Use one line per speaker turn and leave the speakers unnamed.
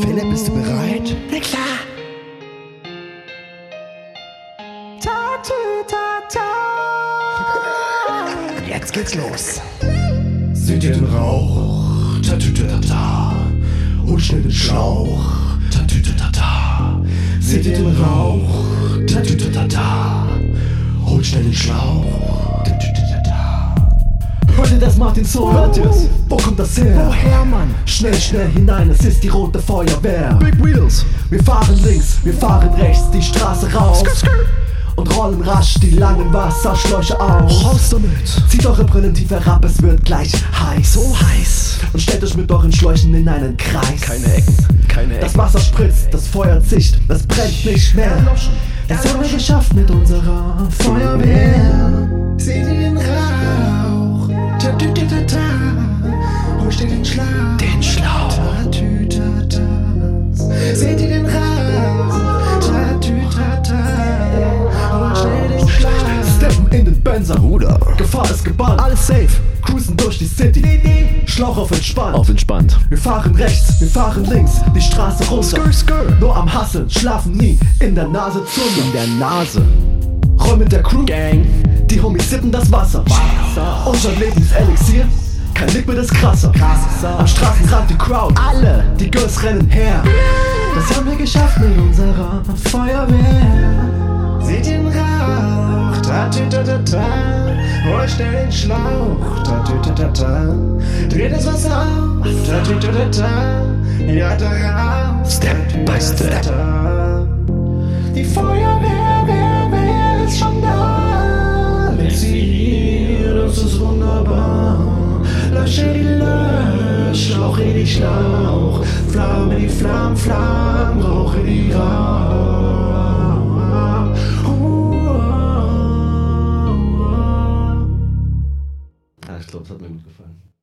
Philipp, bist du bereit?
Na klar.
Jetzt geht's los.
Seht ihr den Rauch? Tatütetata. Und schnell den Schlauch. Tatütetata. Seht ihr den Rauch? Tatütetata. Holt schnell den Schlauch. Tatütetata.
Hört ihr das, Martin Sohn? Hört ihr's?
Wo kommt das her?
Woher, Mann?
Schnell, schnell hinein, es ist die rote Feuerwehr.
Big Wheels.
Wir fahren links, wir fahren rechts, die Straße raus. Und rollen rasch die langen Wasserschläuche auf.
Raus damit.
Zieht eure Brillen tief herab, es wird gleich heiß.
So heiß.
und stellt euch mit euren Schläuchen in einen Kreis.
Keine Ecken. Keine
Das
Ecken.
Wasser spritzt, das Feuer zicht, das brennt nicht mehr.
Erloschen.
Das haben wir geschafft mit unserer Feuerwehr.
Seht ihr den Rauch? Tatütetata. Holt ihr den Schlag?
Den Schlauch.
Tatütatas. Seht ihr den Rauch? Tatütata. Holt schnell den Schlag.
Steppen in den Benzer,
Bruder.
Gefahr ist gebannt.
Alles safe.
Cruisen durch die City. Schlauch auf entspannt.
Auf entspannt.
Wir fahren rechts, wir fahren links, die Straße runter.
Skrr, skrr.
Nur am Hasseln, schlafen nie, in der Nase Zunge.
In der Nase.
Roll mit der Crew,
Gang.
die Homies sippen das Wasser. Unser Lebenselixier, kein Liquid ist krasser. Am Straßenrand die Crowd,
Alle.
die Girls rennen her. Das haben wir geschafft mit unserer Feuerwehr.
Seht ihr den Rauch? Tatütata. Holt schnell den Schlauch. Tatütata. Dreht das Wasser auf. Tatütata. Ja, da raus.
Step by step.
Die Feuerwehr, wer, wer ist schon da? Lass sie hier, das ist wunderbar. Lösche die Lösch, rauche die Schlauch. Flamme die Flamm, Flamm, rauche die Rauch.
ich glaube, Ah, das hat mir gut gefallen.